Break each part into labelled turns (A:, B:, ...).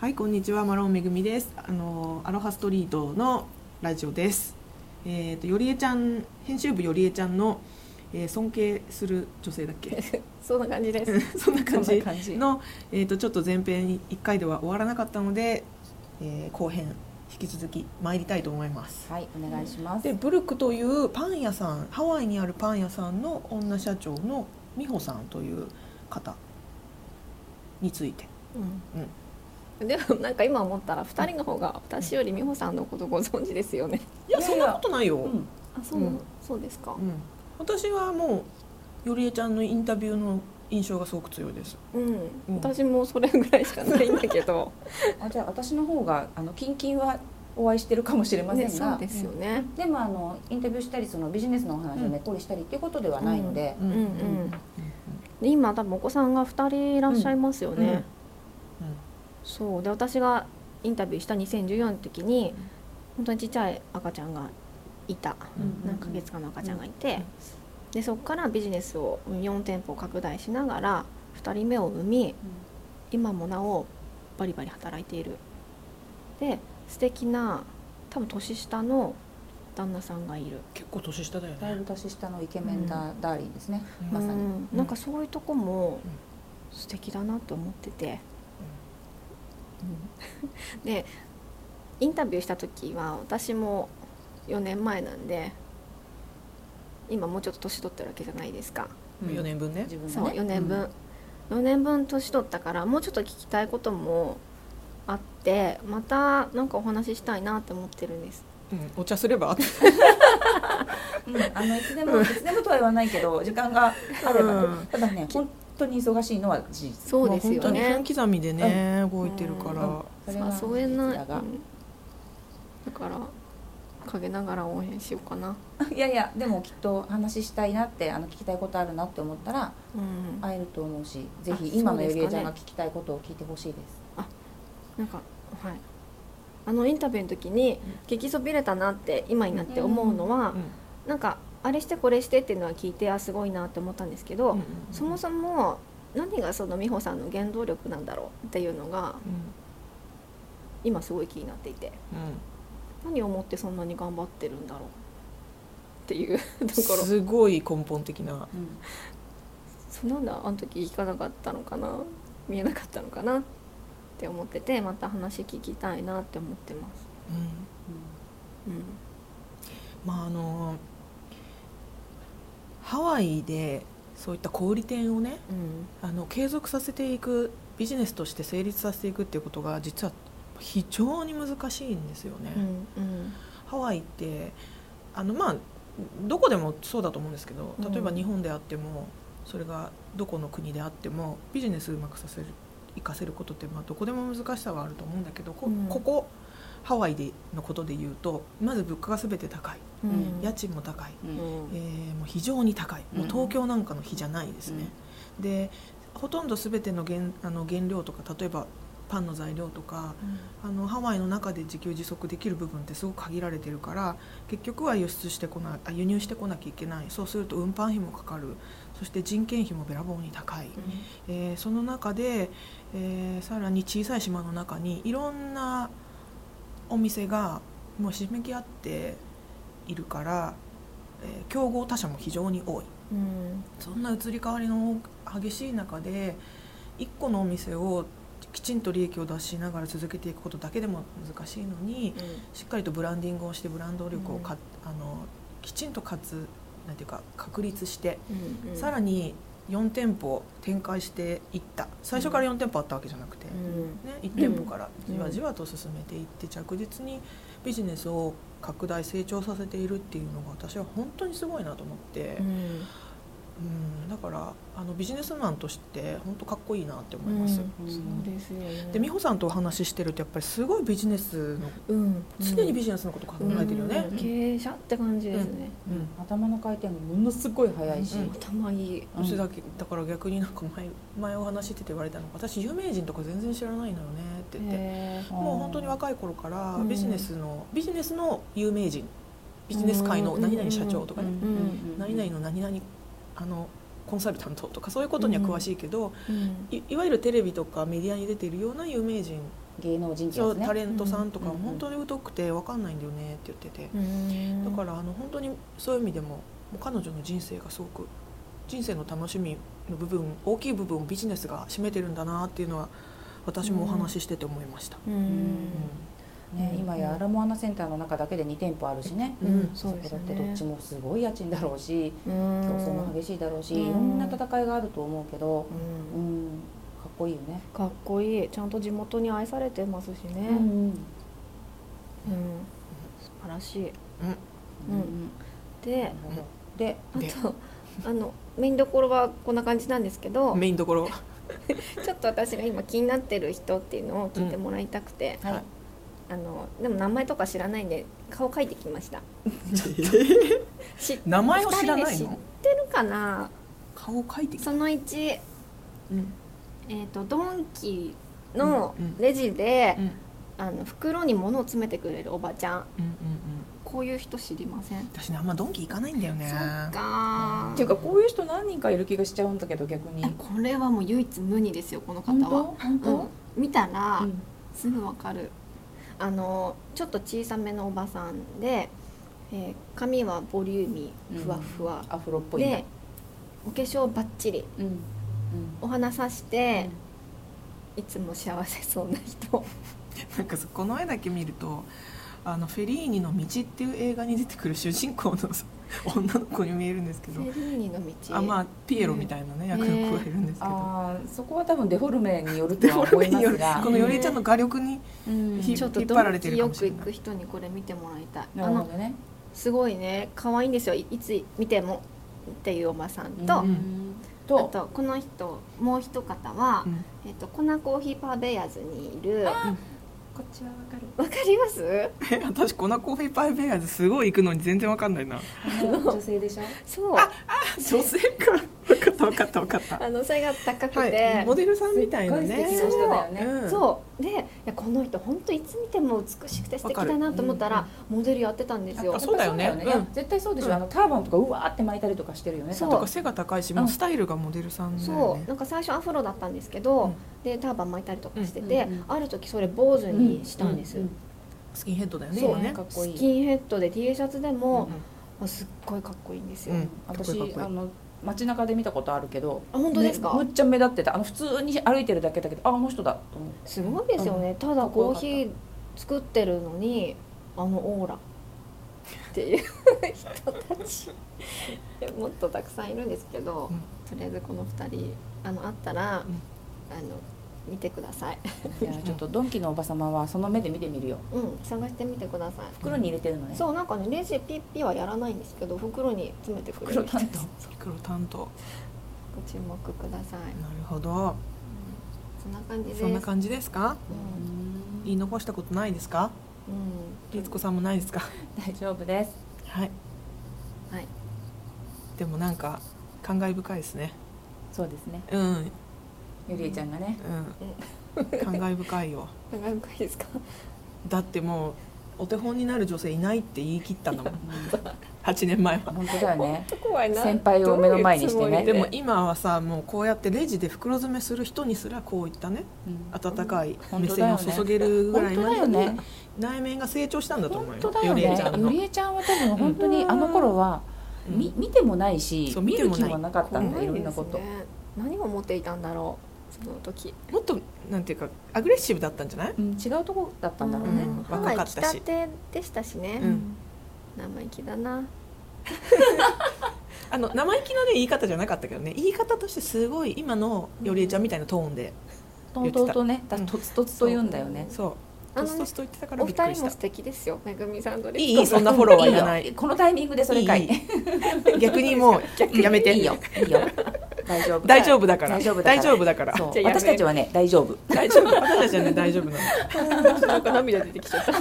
A: はいこんにちはマロンめぐみですあのアロハストリートのラジオですえっ、とよりえちゃん編集部よりえちゃんの、えー尊敬する女性だっ け
B: そんな感じです。
A: そんな感
B: そん
A: じ
B: な感じ
A: のえっ、とちょっと前編1回では終わらなかったので、えー後編引き続き参りたいと思います
B: はい、お願いします。
A: でブルクというパン屋さんハワイにあるパン屋さんの女社長の美穂さんという方について
B: うんでもなんか今思ったら二人の方が私より美穂さんのことご存知ですよね。
A: いや
B: いやい
A: そ
B: や
A: んなことないよ、うん
B: あ、そう、
A: うん
B: そうですか。
A: 私はもうよりえちゃんのインタビューの印象がすごく強いです
B: うん、
A: うん
B: 私もそれぐらいしかないんだけ ど。
C: あじゃあ私の方があの近々はお会いしてるかもしれませ
B: ね、
C: ん
B: そ
C: が、
B: うですよね。
C: でもあのインタビューしたりそのビジネスのお話をねっこりしたりっていうことではないので、
B: うん、うん、で今多分お子さんが二人いらっしゃいますよね。
A: うんうん
B: そうで私がインタビューした2014の時に本当にちっちゃい赤ちゃんがいた。
A: うん
B: 何ヶ月かの赤ちゃんがいて、でそこからビジネスを4店舗拡大しながら2人目を産み、今もなおバリバリ働いているで素敵な多分年下の旦那さんがいる、
A: 結構年下だよ
C: だいぶ
A: ね
C: 年下のイケメンダ,、ダーリンですね。
A: うん
C: まさ
B: う
C: に。
B: んなんかそういうとこも素敵だなと思ってて、うんでインタビューした時は私も4年前なんで今もうちょっと年取ってるわけじゃないですか。
C: うん
A: 4年分ね
C: 自分
B: そう
C: がね
B: 4年分、4年分年取ったからもうちょっと聞きたいこともあってまたなんかお話ししたいなって思ってるんです
A: うんお茶すればって
C: うんうんあのいつでもいつでもとは言わないけど時間があれば、
A: うん
C: ただね本当に忙しいのは事実。
B: そうです
A: 本
B: よ
A: 当に
B: ね
A: 分刻みでね動いてるか
C: うん
A: ら
C: それ
B: まあ
C: は
B: そ
C: 事
B: ういう
C: 実
B: な、
C: だ
B: う
C: が、
B: んだから陰ながら応援しようかな、
C: いやいやでもきっと話したいなってあの聞きたいことあるなって思ったら
B: うん、
C: 会えると思うし、ぜ
B: あ
C: ひ今の
B: そう
C: よ
B: です
C: り
B: かね
C: えちゃんが聞きたいことを聞いてほしいです。
B: なんかはいあのインタビューの時に聞きそびれたなって今になって思うのは、
A: うん
B: なんかあれしてこれしてっていうのは聞いてあすごいなって思ったんですけど、
A: うん
B: そもそも何がその美穂さんの原動力なんだろうっていうのが
A: う
B: 今すごい気になっていて
A: んうん
B: 何をもってそんなに頑張ってるんだろうっていうところ
A: すごい根本的な
B: そなんだあの時聞かなかったのかな見えなかったのかなって思っててまた話聞きたいなって思ってます。
A: うん
B: うん
A: まああのハワイでそういった小売店をね
B: うん
A: あの継続させていくビジネスとして成立させていくっていうことが実は非常に難しいんですよね。
B: うんうん
A: ハワイってあのまあどこでもそうだと思うんですけど例えば
B: うん
A: 日本であっても、それがどこの国であってもビジネスうまくさせる活かせることって、まあ、どこでも難しさはあると思うんだけどこ,、
B: うん
A: ここハワイでのことで言うとまず物価が全て高い
B: うん
A: 家賃も高い、
C: う
B: うんん
A: えーもう非常に高いもう
C: うん
A: 東京なんかの比じゃないですね、でほとんど全ての原あの原料とか例えばパンの材料とかあのハワイの中で自給自足できる部分ってすごく限られてるから結局は輸出してこないあ輸入してこなきゃいけないそうすると運搬費もかかるそして人件費もべらぼうに高い、えーその中で、えーさらに小さい島の中にいろんなお店がもうひしめき合っているから、えー競合他社も非常に多い
B: うん
A: そんな移り変わりの激しい中で1個のお店をきちんと利益を出しながら続けていくことだけでも難しいのにしっかりとブランディングをしてブランド力をか、あのきちんとかつなんていうか確立して、
B: うんうん
A: さらに4店舗展開していった最初から4店舗あったわけじゃなくて、
B: うん
A: ね、1店舗から
B: うん
A: じわじわと進めていって着実にビジネスを拡大成長させているっていうのが私は本当にすごいなと思って。
B: うん
A: うん、だからあのビジネスマンとして本当かっこいいなって思います。
B: うんそうですよね
A: で美穂さんとお話ししてるとやっぱりすごいビジネスの
B: うん
A: 常にビジネスのこと考えてるよね
B: う。ん経営者って感じですね、
A: うん
C: 頭の回転がものすごい速いし、
A: うん
B: 頭いい
A: それだけだから逆になんか前前お話ししてて言われたのが私有名人とか全然知らないのよねって言って、
B: へー
A: もう本当に若い頃から
B: うん
A: ビジネスの、ビジネスの有名人ビジネス界の何々社長とかね、
B: うん
A: 何々の何々あのコンサルタントとかそういうことには詳しいけど、いいわゆるテレビとかメディアに出ているような有名人
C: 芸能人ってや
A: そ
C: つ
A: う
C: ね
A: タレントさんとか
C: うんうんうん
A: 本当に疎くて分かんないんだよねって言ってて、だ
B: だ
A: かららあの本当にそういう意味でももう彼女の人生がすごく人生の楽しみの部分大きい部分をビジネスが占めてるんだなっていうのは私もお話ししてて思いました。
B: う
A: うん
B: ん
C: ね、今やアラモアナセンターの中だけで2店舗あるしね、
A: うん
B: そうです
C: だ
B: ね
C: ってどっちもすごい家賃だろうし
B: 競
C: 競争も激しいだろうし、
B: うん
C: いろんな戦いがあると思うけど、うん、かっこいいよね。
B: かっこいいちゃんと地元に愛されてますしね、うん
C: ん
B: 素晴らしい
C: うん
B: で
C: で、
B: あ
A: で
B: とあのメインどころはこんな感じなんですけど、
A: メインどこ ろ、
B: ちょっと私が今気になってる人っていうのを聞いてもらいたくて、
C: はい、
B: あのでも名前とか知らないんで顔書いてきました知っ
A: 名前を知らな
B: 二
A: い
B: 人で知っ
A: の
B: てるかな
A: 顔書いてきた、
B: その1、
A: うん
B: えー、とドンキの
A: うんうん
B: レジで
A: うん、うん
B: あの袋に物を詰めてくれるおばちゃん
A: うんうん
B: こういう人知りません、
A: 私ねあんまドンキ行かないんだよね
B: そっかー
C: っていうかこういう人何人かいる気がしちゃうんだけど逆に
B: え。これはもう唯一無二ですよこの方
C: 本当
B: は、
C: 本当、
B: うん、見たら、
C: うん
B: すぐわかるあのちょっと小さめのおばさんで、えー髪はボリューミーふわふわ、
C: アフロっぽいな
B: でお化粧ばっちり
C: うんうん
B: お花さして、いつも幸せそうな 人
A: なんかさこの絵だけ見るとあのフェリーニの道っていう映画に出てくる主人公のさ女の子に見えるんですけど
B: フェリーニの道
A: あまあピエロみたいなね、
B: うん
A: 役を加えるんですけど、
C: ああそこは多分デフォルメによると
A: デ
C: は
A: フォ
C: 思
A: ル
C: い
A: メ
C: ま
A: によ
C: す
A: る
C: が、
A: このよりちゃんの画力に、
C: うん
A: ひ
B: ちょっと
A: 引っ
B: ド
A: 張られ
B: ン
A: て
B: キ
A: るか
B: よ
A: もし
B: く
A: れ
B: 行
A: ない
B: く人にこれ見てもらいたい
C: な
B: あ
C: るほ
B: の
C: どね。
B: すごいね可愛いんですよいいつ見てもっていうおばさんと、
A: うん
B: あ
C: と
B: とこの人もう一方は、
A: うん
B: えっとコナコーヒーパーベイヤーズにいるわ
C: あ
A: うん
C: こっちはわかる。
B: かります
A: え 私このコーヒーパイベアーズすごい行くのに全然わかんないな
C: あの 女性でしょ。
B: そう
A: 女性か分かった分かった分かった
B: あの背が高くて、
A: はいモデルさんみたいな
C: すっご
A: ね
C: い素敵な人だよね
A: うん
B: そうでいやこの人本当いつ見ても美しくて素敵だなと思った
C: わ
B: ら
C: か、
B: モデルやってたんですよ
A: あそうだよね
C: やっぱそうだよ
A: うん
C: いや絶対そうでしょ、
A: うん
C: あのターバンとかうわーって巻いたりとかしてるよね
B: そう
C: 多
A: と
C: 分
A: か背が高いしもうスタイルがモデルさんだよ
B: そ
A: ね
B: うなんか最初アフロだったんですけど、
A: うん
B: でターバン巻いたりとかしてて、
C: うんうんうん
B: ある時それ坊主にしたんです、
A: うスキンヘッドだよね
B: そう
A: 今ね
C: かっこい
B: ス
C: い
B: キンヘッドで T シャツで
A: うん
B: も、あすっごいかっこいいんですよ、
A: うん
C: 私
A: かっこいいかっこいい
C: あの街中で見たことあるけど
B: あ本当ですか、
C: ねむっちゃ目立ってたあの普通に歩いてるだけだけどああの人だと思う
B: すごいですよね、ただ
C: かっこよ
B: コー
C: かった
B: ヒー作ってるのにあのオーラっていう 人たちもっとたくさんいるんですけど、
A: うん
B: とりあえずこの2人あの会ったら、
A: うん
B: あの見てください、
C: いやちょっとドンキのおば様はその目で見てみるよ
B: うん、探してみてください
C: 袋に入れてるのね
B: そうなんかねレジピッピはやらないんですけど袋に詰めてくれる
C: 袋担当
A: 黒担当
B: ご注目ください、
A: なるほど
B: そんな感じです
A: そんな感じですか
B: うん
A: 言い残したことないですか
B: うん、
A: 律子さんもないですか
C: 大丈夫です
A: はい
B: はい
A: でもなんか感慨深いですね
C: そうですね
A: うんうん
C: ゆりえちゃんがね
A: 感慨深いよ
B: 長いいですか
A: だってもうお手本になる女性いないって言い切った んだもん8年前は
C: 本当だよね
B: 怖いな
C: 先輩を目の前にしてね
B: どういうつも
A: で
B: り
A: も今はさもうこうやってレジで袋詰めする人にすらこういったね
C: うん
A: 温かい
C: うん
A: 目線を注げるぐら
C: 本
A: い
C: 当
A: ま
C: だよ
A: でに
C: ね
A: 内面が成長したんだと思う
C: 本
A: よ
C: 当だよ
A: ゆりえちゃ
C: ね
A: ん
C: ゆ
A: の
C: りえちゃんは多分本当にあの頃は
A: うん
C: み見てもないし
A: そう
C: 見
A: 見て
C: る
A: も
C: 気
A: ない
C: もなかったんだ
B: 怖
C: い
B: い
C: ろ
B: で
C: ん
B: す
C: なこと
B: ね、何を思っていたんだろうその時
A: もっとなんていうかアグレッシブだったんじゃない
C: うん違うとこだったんだろうね
A: うん
B: ハワイ
A: 若かった
B: 来
A: した
B: てでしたしね、
A: うん
B: 生意気だな
A: あの生意気なね言い方じゃなかったけどね言い方としてすごい今のよりえちゃんみたいなトーンで、
C: とんとんとねだとつとつと言うんだよね
A: そう
B: あ
A: と
B: の
A: つと
B: ね
A: つと言ってたから
B: お
A: びっく
B: 二
A: りし
B: 人も
A: た
B: 素敵ですよめぐみさんと
A: い
B: り
A: いいいそんなフォローはいらない
C: いいよこのタイミングでそれかい
A: いい 逆に もうやめて
C: いいよいいよ大丈夫
A: 大丈夫だから
C: 大丈夫だから
A: 大丈夫だから
C: そう
B: じゃあやめ
C: 私たちはね大丈夫
A: 大丈夫私たちはね大丈夫なの
B: なんか涙出てきちゃった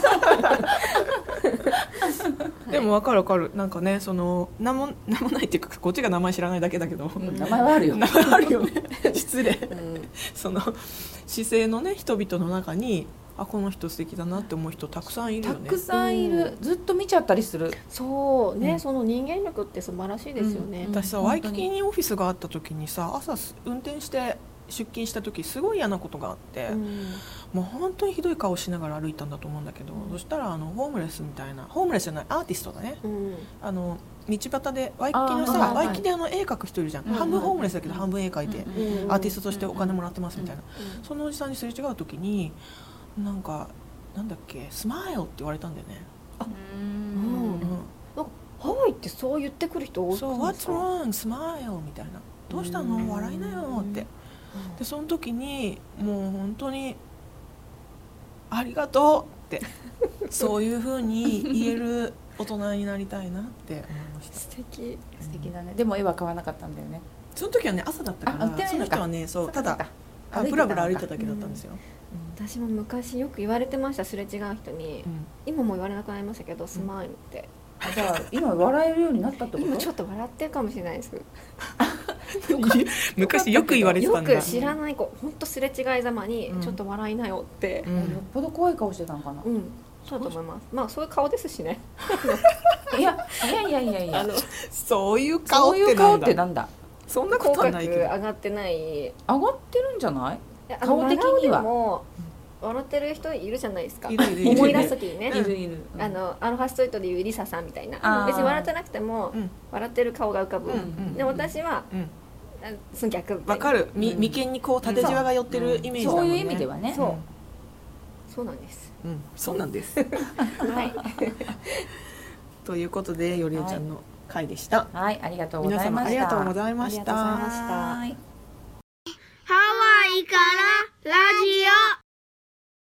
A: でも分かる分かるなんかねその何も何もないっていうかこっちが名前知らないだけだけ ど、
C: うん名前はあるよ
A: 名前あるよね失礼その姿勢のね人々の中にあこの人素敵だなって思う人たくさんいるよ
C: た
A: ね
C: くさんいるずっと見ちゃったりする
B: そうね、
A: うん
B: その人間力って素晴らしいですよね、
C: うん
A: 私さ
C: 本
A: ワ
C: 当
A: イ
C: に
A: キキにオフィスがあった時にさ朝運転して出勤した時すごい嫌なことがあって、
B: うん
A: もう本当にひどい顔しながら歩いたんだと思うんだけど、
B: うん
A: そしたらあのホームレスみたいなホームレスじゃないアーティストだね
B: うん
A: あの道端でワイキキの
C: あ
A: さ
C: ー
A: ワイキキであの絵描く人いるじゃん、
C: うん
A: 半分ホームレスだけど
C: うん
A: 半分絵描いて、
B: うん
A: アーティストとしてお金もらってますみたいな、
B: うん
A: そのおじさんにすれ違う時になんかなんだっけスマイルって言われたんだよね、
C: うん
B: うんなんかハワイってそう言ってくる人
A: うん、
B: 多
A: そう「
B: くないです
A: What's
B: か
A: wrong? スマイル」みたいな「どうしたの笑いなよ」ってでその時にもう本当に「ありがとう」 ってそういうふうに言える大人になりたいなって思いました
B: 素敵
C: 素敵だねでも絵は買わなかったんだよね
A: その時はね朝だったか
C: あ売って
A: ら
C: な
A: そ
C: い
A: の
C: のか
A: 人はねそうただあ
C: 歩いてたのか
A: ブラブラ歩いただけだったんですよ、
B: 私も昔よく言われてましたすれ違う人に
A: うん
B: 今もう言われなくなりましたけどスマイルって
C: あじゃあ今笑えるようになったってこと
B: 今ちょっと笑ってるかもしれないです
A: 昔よく言われてた
B: よ
A: んだ
B: く知らない子本当すれ違いざまに
A: うん
B: ちょっと笑いなよって
A: う
C: もうよっ
A: ん
C: ぽど怖い顔してたのかな
B: う、んそうだと思いますまあそういう顔ですしね
C: いやいやいやいやい
B: あ
C: や
B: の
A: そういう顔っ
C: そうい
A: て
C: う
A: なん
C: 顔っ
A: だ
C: てなんだ
A: そんなこ
B: 口
A: とは
B: 角
A: ないけ
B: 上
A: ど
B: がってない
C: 上がってるんじゃない
B: あの
C: 顔的
B: 真
C: には
B: 顔でも笑ってる人いるじゃないですか
A: いるいるいる
B: 思い出す時にね
A: いる
C: いる
B: あのアロハストリートでいうリサさんみたい
C: あ
B: な
C: ー
B: 別に笑ってなくても
A: うん
B: 笑ってる顔が浮かぶ、
A: うんうん
B: で私は
A: うん
B: あその逆みた
A: わ
B: いな
A: かるみ
C: うん
A: 眉間にこう縦じわが寄ってるイメージだ
C: そ
A: も
C: うんいう
A: ね
C: 意味ではね
B: そうそうなんです
A: うんうんそうなんです
B: はい
A: ということでよりえちゃんの回でした、
C: はいありがとうご
A: 皆
C: ざい
A: 様
C: ました
A: ありがとうご
C: い
A: ざいま
B: あ
A: し
B: りがとうございま
A: た
B: した
C: はい
D: ハワイからラジオ